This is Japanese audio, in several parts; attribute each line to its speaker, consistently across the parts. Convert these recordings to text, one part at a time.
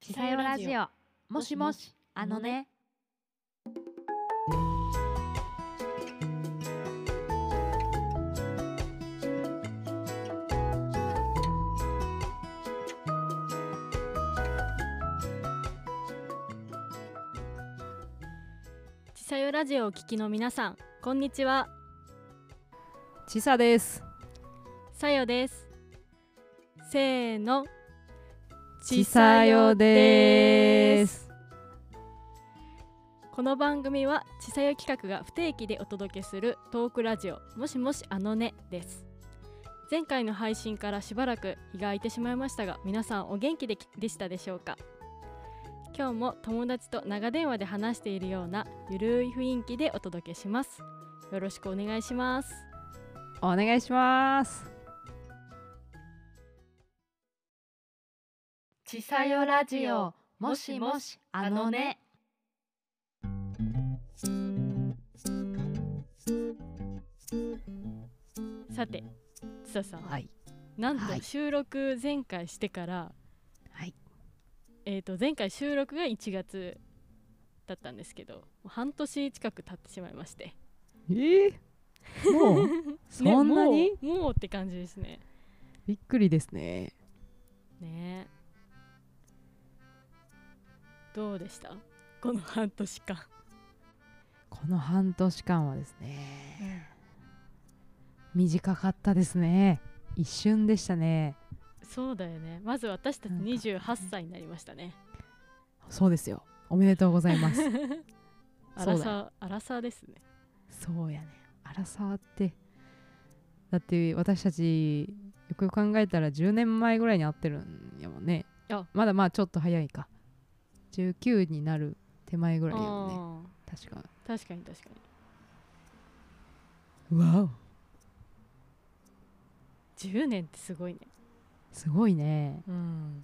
Speaker 1: ちさよラジオもしも
Speaker 2: も
Speaker 1: しあのね
Speaker 2: ちさよラジオをお聞きの皆さんこんにちは
Speaker 3: ちさです。
Speaker 2: さよですせーの
Speaker 3: ちさよです
Speaker 2: この番組はちさよ企画が不定期でお届けするトークラジオもしもしあのねです前回の配信からしばらく日が空いてしまいましたが皆さんお元気できでしたでしょうか今日も友達と長電話で話しているようなゆるい雰囲気でお届けしますよろしくお願いします
Speaker 3: お願いします。
Speaker 1: ちさよラジオもしもしあのね
Speaker 2: さてちささん
Speaker 3: はい。
Speaker 2: なん
Speaker 3: は
Speaker 2: と
Speaker 3: い
Speaker 2: 収録前回してから、
Speaker 3: はい
Speaker 2: えー、と前回収録が1月だったんですけどもう半年近く経ってしまいまして
Speaker 3: えー、もう
Speaker 2: ね
Speaker 3: そんなに、
Speaker 2: もうもうって感じですね
Speaker 3: びっくりですね。
Speaker 2: ねえどうでしたこの半年間
Speaker 3: この半年間はですね、短かったですね。一瞬でしたね。
Speaker 2: そうだよねまず私たち
Speaker 3: なんか
Speaker 2: 28歳になりましたね
Speaker 3: そうですよ。おめでとうございます。
Speaker 2: ア
Speaker 3: そ
Speaker 2: ラ
Speaker 3: うだ
Speaker 2: サーアラサーですね
Speaker 3: そうやね。アラサーって。だって私たちよくよく考えたら10年前ぐらいに会ってるんやもんね。
Speaker 2: あ
Speaker 3: まだまあちょっと早いか。19になる手前ぐらいやもんね。
Speaker 2: あ
Speaker 3: 確か。
Speaker 2: ー確かに確かに
Speaker 3: わお
Speaker 2: 10年ってすごいね
Speaker 3: すごいね
Speaker 2: うん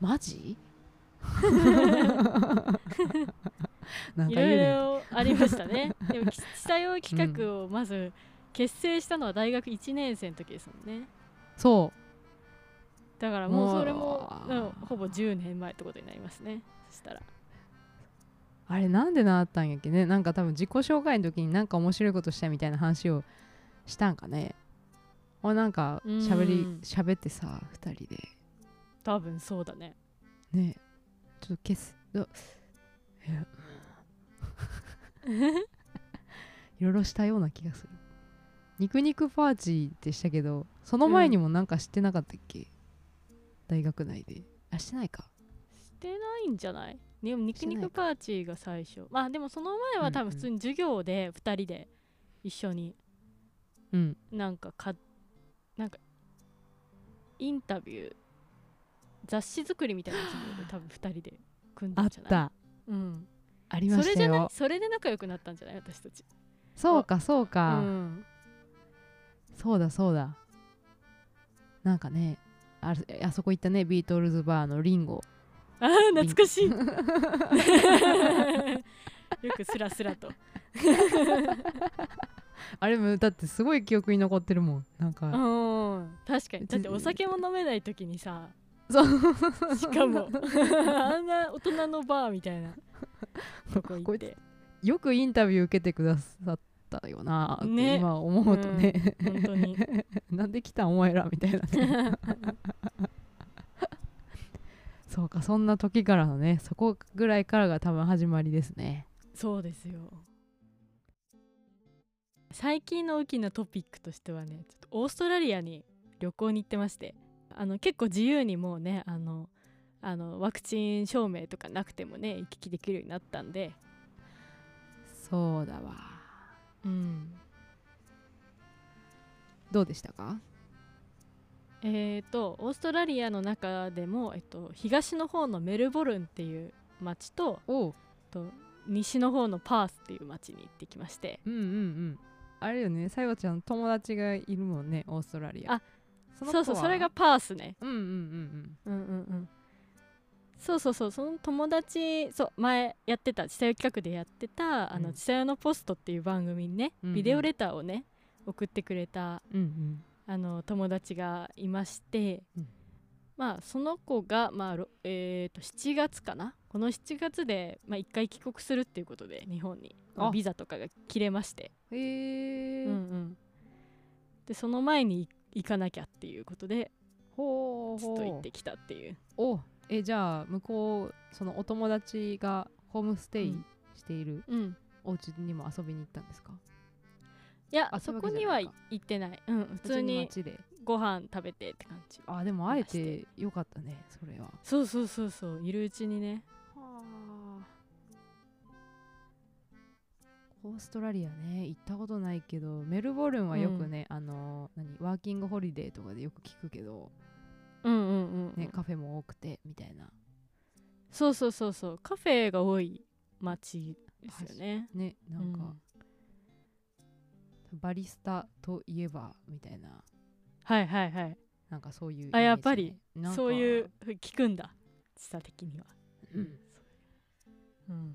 Speaker 3: マジなん
Speaker 2: いろい
Speaker 3: か言うねん
Speaker 2: ろありました ね。でも、地下用企画をまず結成したのは大学1年生の時ですもんね。
Speaker 3: そう
Speaker 2: だからもうそれも
Speaker 3: もう
Speaker 2: うんほぼ10年前ってことになりますね。そしたら。
Speaker 3: あれなんでなったんやっけねなんか多分自己紹介の時になんか面白いことしたみたいな話をしたんかね俺なんか
Speaker 2: うん
Speaker 3: 喋り喋ってさ2人で
Speaker 2: 多分そうだね。
Speaker 3: ねちょっと消すど いやいろいろしたような気がする肉肉パーチでしたけどその前にもなんかしてなかったっけ、大学内であしてないか
Speaker 2: してないんじゃないでも、肉
Speaker 3: してないか
Speaker 2: 肉パーチーが最初。まあでもその前は多分普通に授業で2人で一緒に
Speaker 3: うん
Speaker 2: なんかか、なんかインタビュー、雑誌作りみたいな授業で多分2人で組んだ
Speaker 3: あ
Speaker 2: ん
Speaker 3: っ
Speaker 2: じゃない
Speaker 3: た
Speaker 2: うん。
Speaker 3: ありま
Speaker 2: そ
Speaker 3: し
Speaker 2: れ
Speaker 3: た
Speaker 2: じゃない
Speaker 3: よ
Speaker 2: それで仲良くなったんじゃない私たち
Speaker 3: そうかそう
Speaker 2: う
Speaker 3: か、
Speaker 2: ん
Speaker 3: そうだそうだなんかねあれあそこ行ったねビートルズバーのリンゴ
Speaker 2: あー懐かしい よくスラスラと
Speaker 3: あれもだってすごい記憶に残ってるもんなんか、
Speaker 2: うん確かにだってお酒も飲めない時にさ
Speaker 3: そう
Speaker 2: しか もあんな大人のバーみたいなとこ行
Speaker 3: こ
Speaker 2: っ
Speaker 3: い
Speaker 2: て
Speaker 3: よくインタビュー受けてくださったよなって
Speaker 2: ね
Speaker 3: 今思うとね、
Speaker 2: 本当に
Speaker 3: なんで来たんお前らみたいなね そうかそんな時からのねそこぐらいからが多分始まりですね
Speaker 2: そうですよ最近の大きなトピックとしてはねちょっとオーストラリアに旅行に行ってましてあの結構自由にもうねあのあのワクチン証明とかなくてもね行き来できるようになったんで、
Speaker 3: そうだわ
Speaker 2: うん、
Speaker 3: どうでしたか
Speaker 2: えー、とオーストラリアの中でも、えっと、東の方のメルボルンっていう町と
Speaker 3: おう
Speaker 2: と西の方のパースっていう町に行ってきまして
Speaker 3: うんうんうんあれよねさよちゃん友達がいるもんねオーストラリア
Speaker 2: あ
Speaker 3: その子
Speaker 2: そ
Speaker 3: は
Speaker 2: うそうそれがパースね
Speaker 3: うんうんうん
Speaker 2: うんうんうんそうそうそうその友達そう前やってた「ちさよ企画」でやってた「あ
Speaker 3: う
Speaker 2: の
Speaker 3: ん
Speaker 2: ちさよのポスト」っていう番組にね、
Speaker 3: うんうん
Speaker 2: ビデオレターをね送ってくれた
Speaker 3: うんうん
Speaker 2: あの友達がいまして、
Speaker 3: うん
Speaker 2: まあその子が、まあろえー、と7月かなこの7月で、まあ、1回帰国するっていうことで日本に、まあ
Speaker 3: あ
Speaker 2: ビザとかが切れまして、
Speaker 3: へえ
Speaker 2: うんうんでその前に行かなきゃっていうことで
Speaker 3: ほう
Speaker 2: ちょっ
Speaker 3: ほう
Speaker 2: と行ってきたっていう
Speaker 3: おえじゃあ向こうそのお友達がホームステイ
Speaker 2: うん
Speaker 3: している
Speaker 2: うん
Speaker 3: お家にも遊びに行ったんですか、
Speaker 2: いや
Speaker 3: あ
Speaker 2: そ
Speaker 3: そういう
Speaker 2: こ
Speaker 3: わけ
Speaker 2: に
Speaker 3: じゃ
Speaker 2: は
Speaker 3: ないか
Speaker 2: 行ってない、うん、普通に
Speaker 3: 街で
Speaker 2: ご飯食べてって感じ
Speaker 3: あでもあえ
Speaker 2: いら
Speaker 3: てよかったねそれは
Speaker 2: そうそうそうそういるうちにね
Speaker 3: オーストラリアね行ったことないけどメルボルンはよくね、あの何ワーキングホリデーとかでよく聞くけど、
Speaker 2: うんうんうん、うん
Speaker 3: ね、カフェも多くてみたいな
Speaker 2: そうそうそうそうカフェが多い街ですよね
Speaker 3: ねなんか、
Speaker 2: うん
Speaker 3: バリスタといえばみたいな
Speaker 2: はいはいはい
Speaker 3: なんかそういうイメージ
Speaker 2: あ
Speaker 3: ね
Speaker 2: やっぱり
Speaker 3: なんか
Speaker 2: そういうふうに聞くんだ知多的には、
Speaker 3: うん
Speaker 2: うん、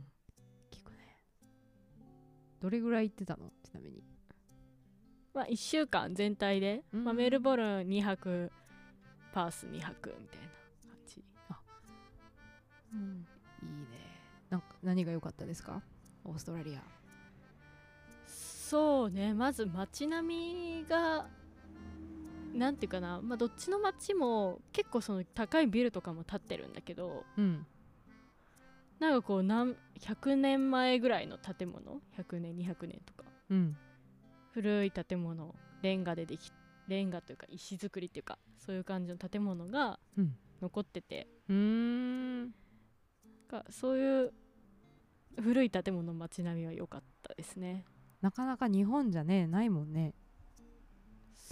Speaker 3: 聞くねどれぐらい行ってたのちなみに
Speaker 2: まあ1週間全体で、
Speaker 3: うん
Speaker 2: まあ、メルボルン2泊パース2泊みたいな感じ
Speaker 3: いいねなんか何が良かったですかオーストラリア
Speaker 2: そうねまず街並みがなんていうかな、まあ、どっちの街も結構その高いビルとかも建ってるんだけど
Speaker 3: うん
Speaker 2: なんかこうなん100年前ぐらいの建物100年200年とか
Speaker 3: うん
Speaker 2: 古い建物レンガでできレンガというか石造りというかそういう感じの建物が
Speaker 3: うん
Speaker 2: 残ってて、
Speaker 3: うーん
Speaker 2: がそういう古い建物の街並みは良かったですね
Speaker 3: なかなか日本じゃねないもんね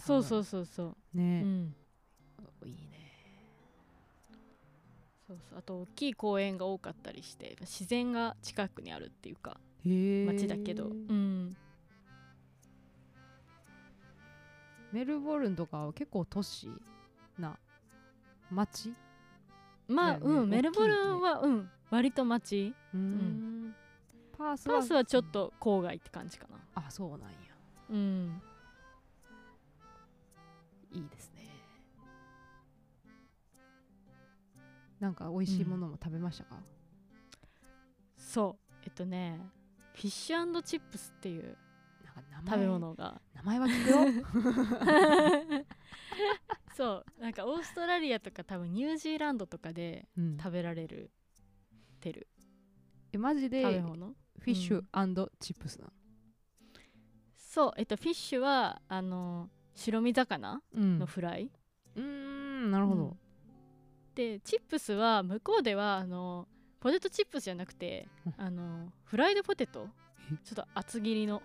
Speaker 2: そうそうそうそう、う
Speaker 3: ね、
Speaker 2: ん、
Speaker 3: いいね
Speaker 2: そうそうあと大きい公園が多かったりして自然が近くにあるっていうか
Speaker 3: へえ
Speaker 2: 街だけど、うん
Speaker 3: メルボルンとかは結構都市な街
Speaker 2: まあ、
Speaker 3: だよね
Speaker 2: うんメルボル
Speaker 3: 大きいよ
Speaker 2: ン
Speaker 3: ね
Speaker 2: は、うん割と街
Speaker 3: うーんパース
Speaker 2: パ
Speaker 3: は
Speaker 2: ースはちょっと郊外って感じかな
Speaker 3: あそうなんや
Speaker 2: うん
Speaker 3: いいですねなんか美味しいものも食べましたか、
Speaker 2: そうえっとねフィッシュチップスっていう
Speaker 3: なんか名前
Speaker 2: 食べ物が
Speaker 3: 名前は聞くよ
Speaker 2: そうなんかオーストラリアとか多分ニュージーランドとかで
Speaker 3: うん
Speaker 2: 食べられるてる
Speaker 3: えマジで
Speaker 2: 食べ
Speaker 3: フ
Speaker 2: 物
Speaker 3: ィッシュチップスなの
Speaker 2: そうえっとフィッシュはあの白身魚
Speaker 3: うん
Speaker 2: のフライ、
Speaker 3: うーんなるほ
Speaker 2: う
Speaker 3: ど
Speaker 2: ん、でチップスは向こうではあのポテトチップスじゃなくて
Speaker 3: うん
Speaker 2: あのフライドポテト
Speaker 3: え
Speaker 2: ちょっと厚切りの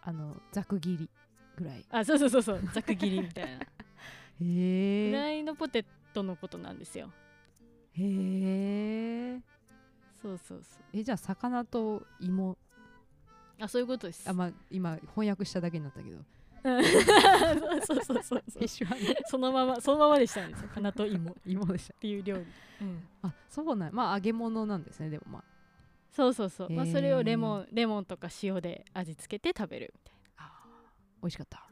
Speaker 3: あのざく切りぐらい
Speaker 2: あそうそうそう そうざく切りみたいなフ
Speaker 3: へえ
Speaker 2: ライドポテトのことなんですよ
Speaker 3: へえ
Speaker 2: そうそうそう
Speaker 3: えじゃあ魚と芋
Speaker 2: あそういうことです
Speaker 3: あまあ今翻訳しただけになったけど
Speaker 2: うん そうそうそう
Speaker 3: フ
Speaker 2: そ
Speaker 3: ィッ
Speaker 2: う
Speaker 3: シュ
Speaker 2: そのままそのままでしたね魚と 芋っ
Speaker 3: 芋でした
Speaker 2: ていう料理、うん、
Speaker 3: あそうなんまあ揚げ物なんですねでもまあ
Speaker 2: そうそうそう、まあ、
Speaker 3: へー
Speaker 2: それをレモンレモンとか塩で味付けて食べるみたい
Speaker 3: あー美味しかった
Speaker 2: な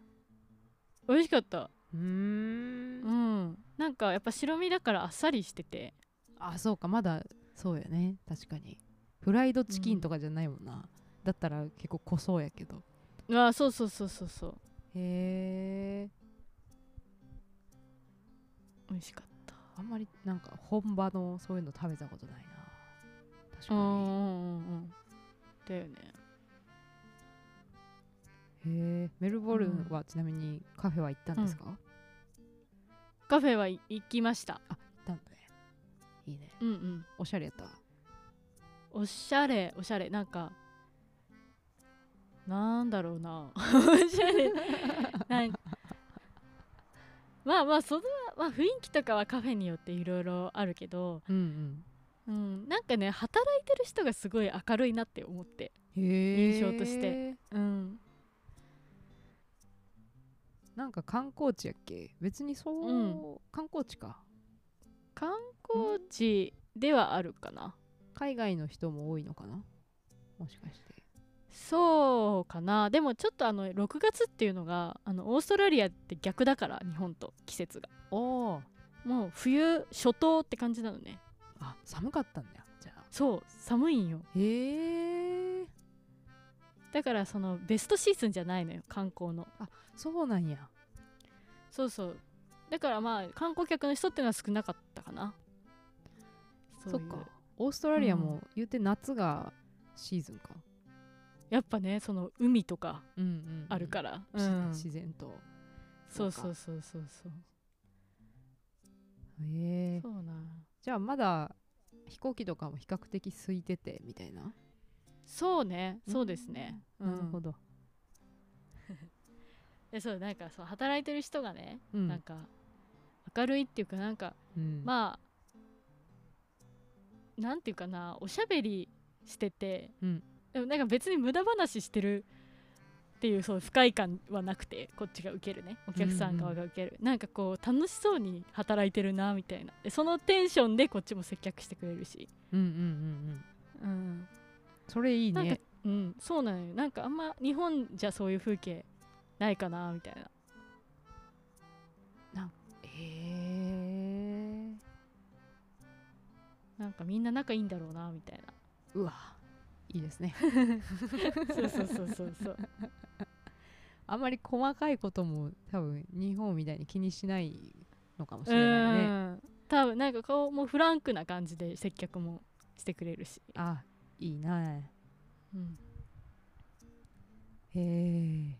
Speaker 2: 美味しかった
Speaker 3: うー
Speaker 2: うんんなんかやっぱ白身だからあっさりしてて
Speaker 3: あそうかまだそうやね確かにフライドチキンとかじゃないもんな、だったら結構濃そうやけど
Speaker 2: あそうそうそうそうそう
Speaker 3: へえ
Speaker 2: 美味しかった
Speaker 3: あんまりなんか本場のそういうの食べたことないな確か
Speaker 2: うんうんうん
Speaker 3: に
Speaker 2: うんだよね
Speaker 3: へえメルボルンはちなみにカフェは行ったんですか、行
Speaker 2: カフェはい行きました
Speaker 3: ったんだねいいね
Speaker 2: うんうん
Speaker 3: おしゃれやった
Speaker 2: おしゃれおしゃれなんかなんだろうなおしゃれなんまあまあその、まあ、雰囲気とかはカフェによっていろいろあるけど、
Speaker 3: うん
Speaker 2: うん、なんかね働いてる人がすごい明るいなって思って、
Speaker 3: うんへ
Speaker 2: 印象としてうん、
Speaker 3: なんか観光地やっけ別にそう、
Speaker 2: う
Speaker 3: 観光地か
Speaker 2: 観光地ではあるかな、
Speaker 3: 海外の人も多いのかなもしかして
Speaker 2: そうかなでもちょっとあの6月っていうのがあのオーストラリアって逆だから日本と季節が
Speaker 3: おお
Speaker 2: もう冬初冬って感じなのね
Speaker 3: あ寒かったんだよじゃあ
Speaker 2: そう寒いんよ
Speaker 3: へえ
Speaker 2: だからそのベストシーズンじゃないのよ観光の
Speaker 3: そうなんや
Speaker 2: そうそうだからまあ観光客の人ってのは少なかったかな
Speaker 3: そ
Speaker 2: そう
Speaker 3: っ
Speaker 2: いう
Speaker 3: かオーストラリア
Speaker 2: う
Speaker 3: も言うて夏がシーズンか、
Speaker 2: やっぱねその海とか
Speaker 3: うんうん、
Speaker 2: あるからら、
Speaker 3: 自
Speaker 2: う
Speaker 3: 然
Speaker 2: ん
Speaker 3: 自然と
Speaker 2: そう
Speaker 3: か
Speaker 2: そうそうそうそう
Speaker 3: へえ
Speaker 2: そうなん
Speaker 3: じゃあまだ飛行機とかも比較的空いててみたいな、
Speaker 2: そうねそうですね、うん
Speaker 3: なるほど、
Speaker 2: でそうなんかそう働いてる人がね、
Speaker 3: うん
Speaker 2: なんか明るいっていうかなんか
Speaker 3: うん
Speaker 2: ま
Speaker 3: あ、
Speaker 2: あなんていうかなおしゃべりしてて、
Speaker 3: うん
Speaker 2: でもなんか別に無駄話してるっていうそう不快感はなくてこっちが受けるねお客さん側が受ける、なんかこう楽しそうに働いてるなみたいなでそのテンションでこっちも接客してくれるし、
Speaker 3: うんうんうんう
Speaker 2: う
Speaker 3: ん
Speaker 2: ん、
Speaker 3: それいい
Speaker 2: なんか
Speaker 3: ね、
Speaker 2: うん、そうなのよなんかあんま日本じゃそういう風景ないかなみたいな
Speaker 3: へえ
Speaker 2: なんかみんな仲いいんだろうなみたいな
Speaker 3: うわいいです ね
Speaker 2: そうそうそうそうそう
Speaker 3: あんまり細かいことも多分日本みたいに気にしないのかもしれないね
Speaker 2: うん多分なんかこうもうフランクな感じで接客もしてくれるし、
Speaker 3: あいいな
Speaker 2: うん、
Speaker 3: へえ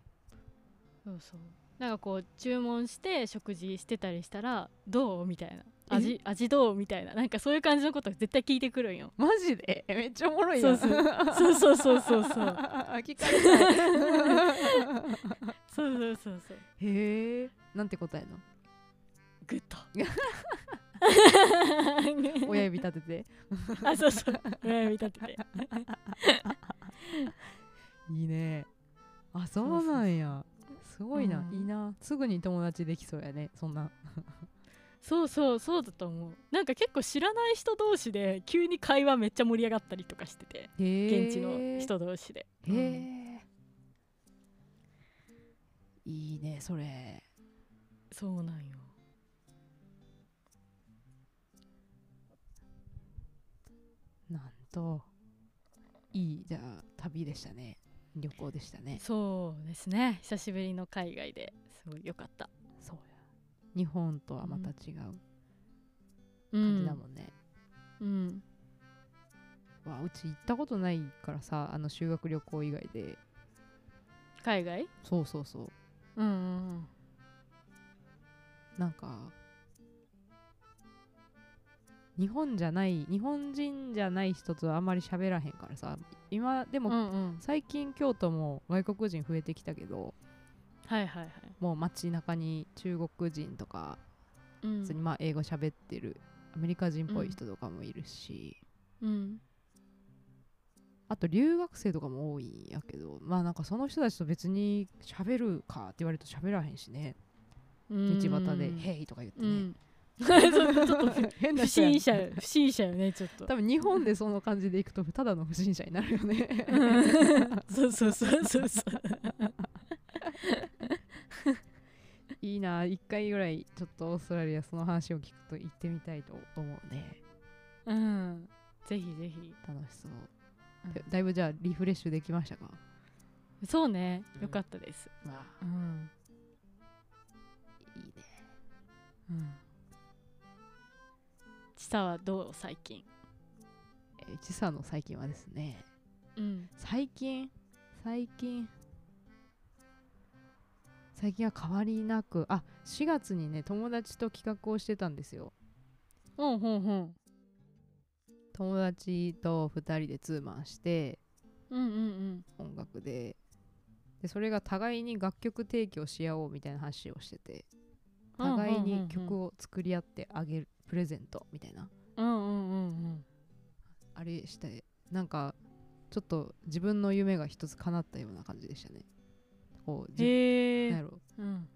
Speaker 2: そうそうなんかこう注文して食事してたりしたら「どう?」みたいな「味味どう?」みたいななんかそういう感じのこと絶対聞いてくるんよ
Speaker 3: マジで えめっちゃおもろい
Speaker 2: そ
Speaker 3: や
Speaker 2: うんそうそうそうそうそうそう
Speaker 3: 聞かれたい
Speaker 2: そうそうそうそう
Speaker 3: へえなんて答えの
Speaker 2: グッと
Speaker 3: 親指立てて
Speaker 2: あそうそう親指立てて
Speaker 3: いいねあそうなんやすごいな、
Speaker 2: うん
Speaker 3: いいなすぐに友達できそうやねそんな
Speaker 2: そうそうそうだと思うなんか結構知らない人同士で急に会話めっちゃ盛り上がったりとかしてて
Speaker 3: へえ
Speaker 2: 現地の人同士で、
Speaker 3: へえ、
Speaker 2: うん
Speaker 3: いいねそれ
Speaker 2: そうなんよ
Speaker 3: なんといいじゃあ旅でしたね旅行でしたね
Speaker 2: そうですね久しぶりの海外ですごい良かった
Speaker 3: そうや日本とはまた違
Speaker 2: う
Speaker 3: う感じだもんね、
Speaker 2: うん
Speaker 3: うわうち行ったことないからさあの修学旅行以外で
Speaker 2: 海外
Speaker 3: そうそうそう
Speaker 2: うんうんうん
Speaker 3: なんか日本じゃない日本人じゃない人とあんまり喋らへんからさ今で
Speaker 2: う
Speaker 3: も
Speaker 2: んうん
Speaker 3: 最近京都も外国人増えてきたけど
Speaker 2: はいはいはい、
Speaker 3: もう街中に中国人とか
Speaker 2: う
Speaker 3: 普通に
Speaker 2: ん
Speaker 3: まあ英語喋ってるアメリカ人っぽい人とかもいるし、
Speaker 2: うん、
Speaker 3: あと留学生とかも多いんやけどまあなんかその人たちと別に喋るかって言われると喋らへんしね
Speaker 2: 道
Speaker 3: 道端で「へい」とか言って
Speaker 2: う
Speaker 3: ね、
Speaker 2: んちょっとちょっと
Speaker 3: 変な
Speaker 2: 不
Speaker 3: 人や
Speaker 2: 審
Speaker 3: な
Speaker 2: 者不審者よねちょっと
Speaker 3: 多分日本でその感じでいくとただの不審者になるよね
Speaker 2: そうそうそうそうそう
Speaker 3: いいな1回ぐらいちょっとオーストラリアその話を聞くと行ってみたいと思うね
Speaker 2: うんぜひぜひ
Speaker 3: 楽しそう
Speaker 2: うん
Speaker 3: だだいぶじゃあリフレッシュできましたか
Speaker 2: そうね
Speaker 3: うん
Speaker 2: 良かったです
Speaker 3: わ
Speaker 2: うん、
Speaker 3: いいね
Speaker 2: うん、ちさはどう最近
Speaker 3: えーちさの最近はですね
Speaker 2: うん
Speaker 3: 最近最近最近は変わりなくあ4月にね友達と企画をしてたんですよ
Speaker 2: ほんほんほん
Speaker 3: 友達と2人でツーマンして
Speaker 2: うんうん
Speaker 3: 音楽ででそれが互いに楽曲提供し合おうみたいな話をしてて
Speaker 2: うん
Speaker 3: 互い
Speaker 2: うんうんうんう
Speaker 3: に
Speaker 2: ん
Speaker 3: 曲を作り合ってあげるプレゼントみたいな
Speaker 2: うんうんうん
Speaker 3: あれしてなんかちょっと自分の夢が一つ叶ったような感じでしたねこう
Speaker 2: うん
Speaker 3: 自分
Speaker 2: へ
Speaker 3: なんや
Speaker 2: え
Speaker 3: ろ
Speaker 2: うん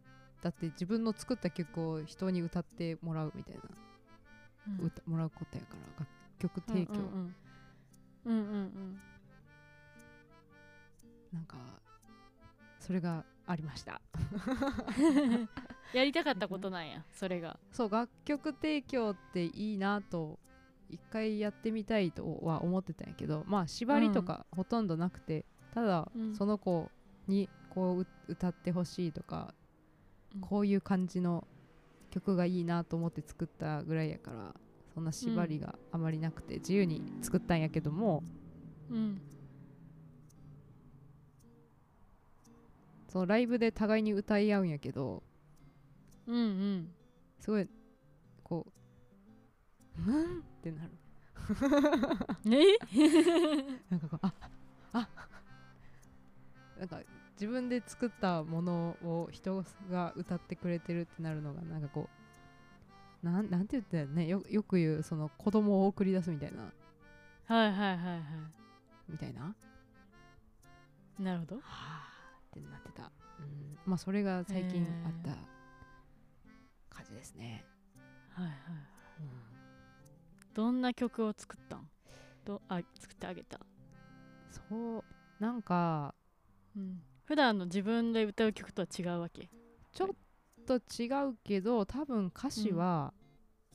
Speaker 3: だって自分の作った曲を人に歌ってもらうみたいな、歌もらうことやから楽曲提供、
Speaker 2: うんうんうん
Speaker 3: なんかそれがありました
Speaker 2: やりたかったことなんやそれが
Speaker 3: そう楽曲提供っていいなと一回やってみたいとは思ってたんやけどまあ縛りとかほとんどなくて、ただ
Speaker 2: うん
Speaker 3: その子にこうう歌ってほしいとか、
Speaker 2: うん
Speaker 3: こういう感じの曲がいいなと思って作ったぐらいやからそんな縛りがあまりなくて自由に作ったんやけども
Speaker 2: うん
Speaker 3: そのライブで互いに歌い合うんやけど
Speaker 2: うんうん
Speaker 3: すごいこう「うん?」ってなる
Speaker 2: え
Speaker 3: なんかこうああなんか自分で作ったものを人が歌ってくれてるってなるのがなんかこうなんなんて言ったらいいのねよよく言うその子供を送り出すみたいな
Speaker 2: はいはいはいは
Speaker 3: みたいなは
Speaker 2: いなるほど
Speaker 3: あってなってた、うん、まあそれが最近あった感じですね、
Speaker 2: はいはいどんな曲を作ったんどあ作ってあげた、
Speaker 3: うん、そうなんか
Speaker 2: うん、普段の自分で歌う曲とは違うわけ
Speaker 3: ちょっと違うけど多分歌詞は、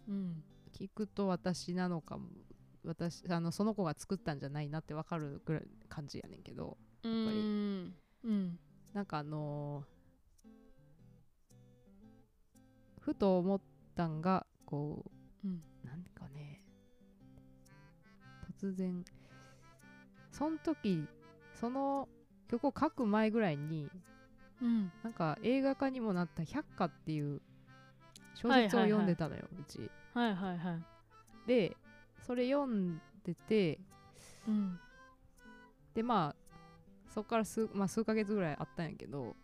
Speaker 2: うん
Speaker 3: 聞くと私なのかも私あのその子が作ったんじゃないなって分かるぐらい感じやねんけど
Speaker 2: う
Speaker 3: っぱり
Speaker 2: んうん
Speaker 3: なんかあのーふと思ったんがこ
Speaker 2: うん
Speaker 3: うなんかね突然その時その曲を書く前ぐらいに
Speaker 2: うん
Speaker 3: なんか映画化にもなった「百花」っていう小
Speaker 2: はいはいはい
Speaker 3: 説を読んでたのよ、うち。
Speaker 2: はいはいはい
Speaker 3: でそれ読んでて
Speaker 2: うん
Speaker 3: でまあそこから数,、まあ、数ヶ月ぐらいあったんやけど、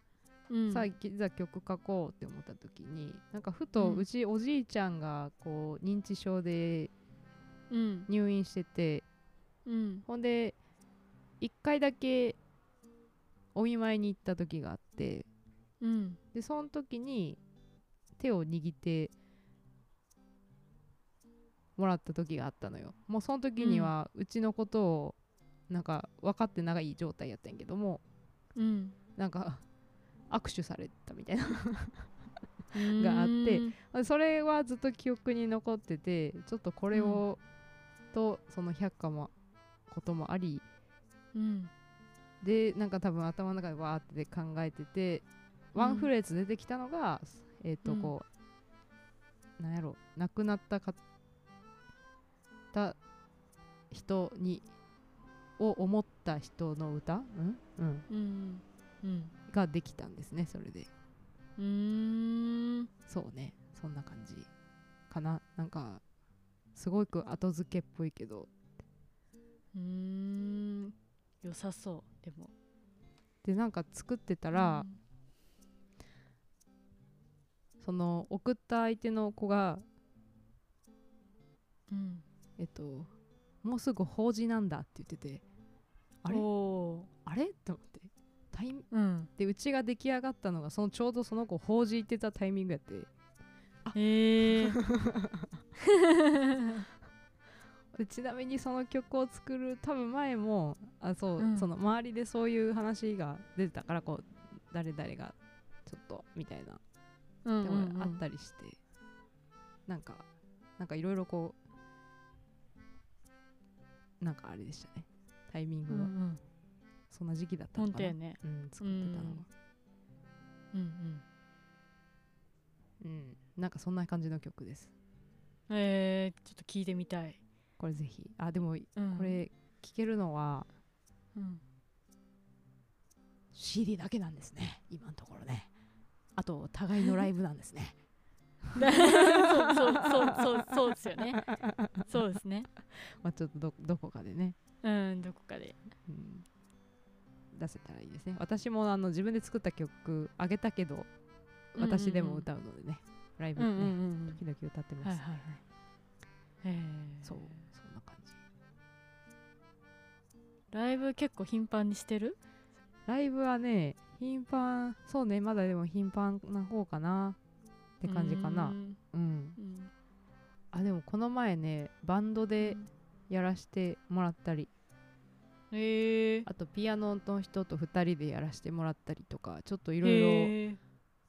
Speaker 2: うん
Speaker 3: さあいざ曲書こうって思った時になんかふと
Speaker 2: うん
Speaker 3: うちおじいちゃんがこう認知症で
Speaker 2: うん
Speaker 3: 入院してて
Speaker 2: うん
Speaker 3: ほんで1回だけお見舞いに行った時があって
Speaker 2: うん
Speaker 3: でその時に手を握ってもらった時があったのよもうその時にはうちのことをなんか分かってない状態やったんやけども
Speaker 2: うん
Speaker 3: なんか 握手されたみたいな
Speaker 2: うん
Speaker 3: があってそれはずっと記憶に残っててちょっとこれを、とその百科もこともあり
Speaker 2: うん
Speaker 3: でなんか多分頭の中でわーって考えててワンフレーズ出てきたのが、えっ、と
Speaker 2: うん
Speaker 3: こう、なんやろ亡くなったかた人にを思った人の歌、うんうん、
Speaker 2: うんうん
Speaker 3: ができたんですねそれで。
Speaker 2: うん
Speaker 3: そうねそんな感じかななんかすごく後付けっぽいけど
Speaker 2: うん良さそうでも
Speaker 3: でなんか作ってたら、その送った相手の子が
Speaker 2: うん
Speaker 3: えっともうすぐ法事なんだって言っててあれ
Speaker 2: お
Speaker 3: あれと思ってタイミ
Speaker 2: ーうん
Speaker 3: でうちが出来上がったのがそのちょうどその子法事行ってたタイミングやって
Speaker 2: へえ
Speaker 3: でちなみにその曲を作る多分前もあそう、
Speaker 2: うん
Speaker 3: その周りでそういう話が出てたからこう誰々がちょっとみたいな
Speaker 2: うん
Speaker 3: で
Speaker 2: うんうん
Speaker 3: もあったりして、なんかなんかいろいろこうなんかあれでしたねタイミン
Speaker 2: う
Speaker 3: グ
Speaker 2: ん
Speaker 3: が、
Speaker 2: うん
Speaker 3: そんな時期だった
Speaker 2: 本
Speaker 3: の
Speaker 2: 当
Speaker 3: かな
Speaker 2: や、ね
Speaker 3: うん、作ってたのは
Speaker 2: うんうん
Speaker 3: うん、なんかそんな感じの曲です
Speaker 2: えー、ちょっと聞いてみたい、
Speaker 3: これぜひあでもこ
Speaker 2: うん、
Speaker 3: れ聴けるのは
Speaker 2: うん
Speaker 3: CD だけなんですね今のところねあと互いのライブなんで すね
Speaker 2: そうそうそうそうそうですよねそうですね
Speaker 3: まあちょっとどどこかでね、
Speaker 2: うんどこかで
Speaker 3: うん、出せたらいいですね私もあの自分で作った曲あげたけど私でも歌うのでね、ライブ
Speaker 2: うんう
Speaker 3: でね、
Speaker 2: んうん
Speaker 3: 時々歌って
Speaker 2: うん
Speaker 3: ます、
Speaker 2: はいはいはいえー、
Speaker 3: そうそんな感じ
Speaker 2: ライブ結構頻繁にしてる
Speaker 3: ライブはね頻繁そうねまだでも頻繁な方かなって感じか
Speaker 2: う
Speaker 3: な
Speaker 2: ー
Speaker 3: うん、
Speaker 2: ん
Speaker 3: あでもこの前ねバンドでやらしてもらったり
Speaker 2: えー、
Speaker 3: あとピアノの人と2人でやらしてもらったりとかちょっとい
Speaker 2: い
Speaker 3: ろいろ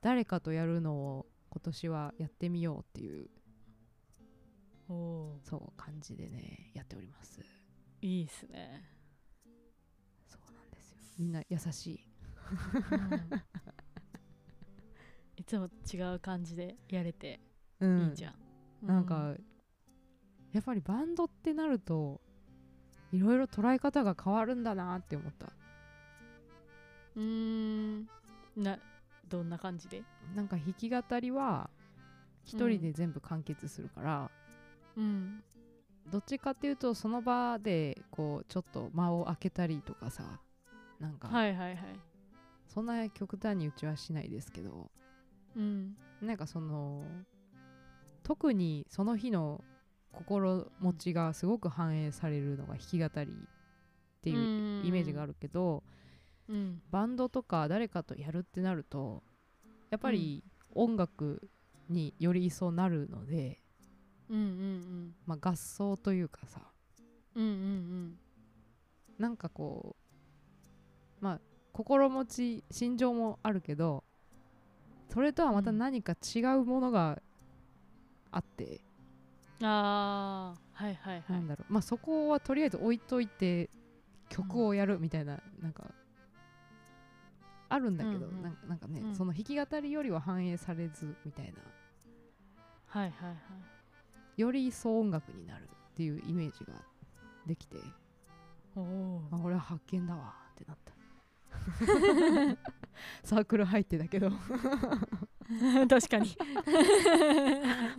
Speaker 3: 誰かとやるのを今年はやってみようっていう
Speaker 2: おお
Speaker 3: そう感じでねやっております
Speaker 2: ーいいですね、
Speaker 3: そうなんですよみんな優しい
Speaker 2: うんいつも違う感じでやれて
Speaker 3: う
Speaker 2: い
Speaker 3: ん
Speaker 2: いじゃん、
Speaker 3: なんかやっぱりバンドってなるといろいろ捉え方が変わるんだなって思った
Speaker 2: うんうーんなどんな感じで
Speaker 3: なんか弾き語りは一人で全部完結するから、
Speaker 2: うん
Speaker 3: どっちかっていうとその場でこうちょっと間を空けたりとかさなんか
Speaker 2: はいはいはい
Speaker 3: そんな極端にうちはしないですけど
Speaker 2: うん
Speaker 3: なんかその特にその日の心持ちがすごく反映されるのが弾き語りっていうイメージがあ
Speaker 2: る
Speaker 3: るけど、
Speaker 2: うん
Speaker 3: バンドとか誰かとやるってなるとやっぱり音楽により一層なるので、
Speaker 2: うんうん
Speaker 3: まあ、合奏というかさ
Speaker 2: うんうんうん
Speaker 3: なんかこうまあ心持ち心情もあるけどそれとはまた
Speaker 2: うん
Speaker 3: 何か違うものがあって、
Speaker 2: うんああはいはいはい
Speaker 3: なんだろうまあそこはとりあえず置いといて曲をやるみたいな、なんかあるんだけど、
Speaker 2: うんうん
Speaker 3: なんなんかね、
Speaker 2: うん
Speaker 3: その弾き語りよりは反映されずみたいな
Speaker 2: はいはいはい
Speaker 3: より一層音楽になるっていうイメージができて
Speaker 2: おお
Speaker 3: あこれは発見だわってなった サークル入ってたけど
Speaker 2: ー確か に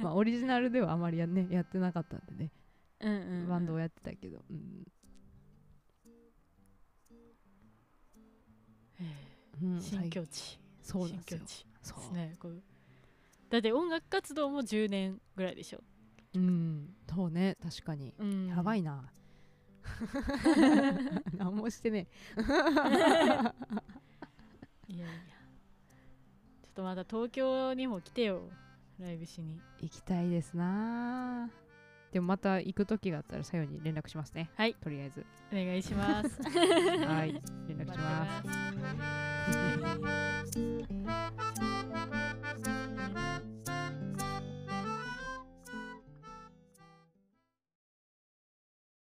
Speaker 3: まあオリジナルではあまりや,、ね、やってなかったんでね、
Speaker 2: うんうんうん
Speaker 3: バンドをやってたけど、うん
Speaker 2: え
Speaker 3: うん
Speaker 2: ー新
Speaker 3: 最
Speaker 2: 境地
Speaker 3: そうな
Speaker 2: 新
Speaker 3: んです
Speaker 2: 境
Speaker 3: よ
Speaker 2: 地
Speaker 3: そ
Speaker 2: です
Speaker 3: う、
Speaker 2: ねこうだって音楽活動も10年ぐらいでしょ、
Speaker 3: うん、そうね確かに、
Speaker 2: うん、
Speaker 3: やばいな 何もしてね
Speaker 2: いやいやちょっとまた東京にも来てよライブしに
Speaker 3: 行きたいですなでもまた行く時があったらさよに連絡しますね
Speaker 2: はい
Speaker 3: とりあえず
Speaker 2: お願いします
Speaker 3: はい連絡
Speaker 2: 待って
Speaker 3: します
Speaker 2: ます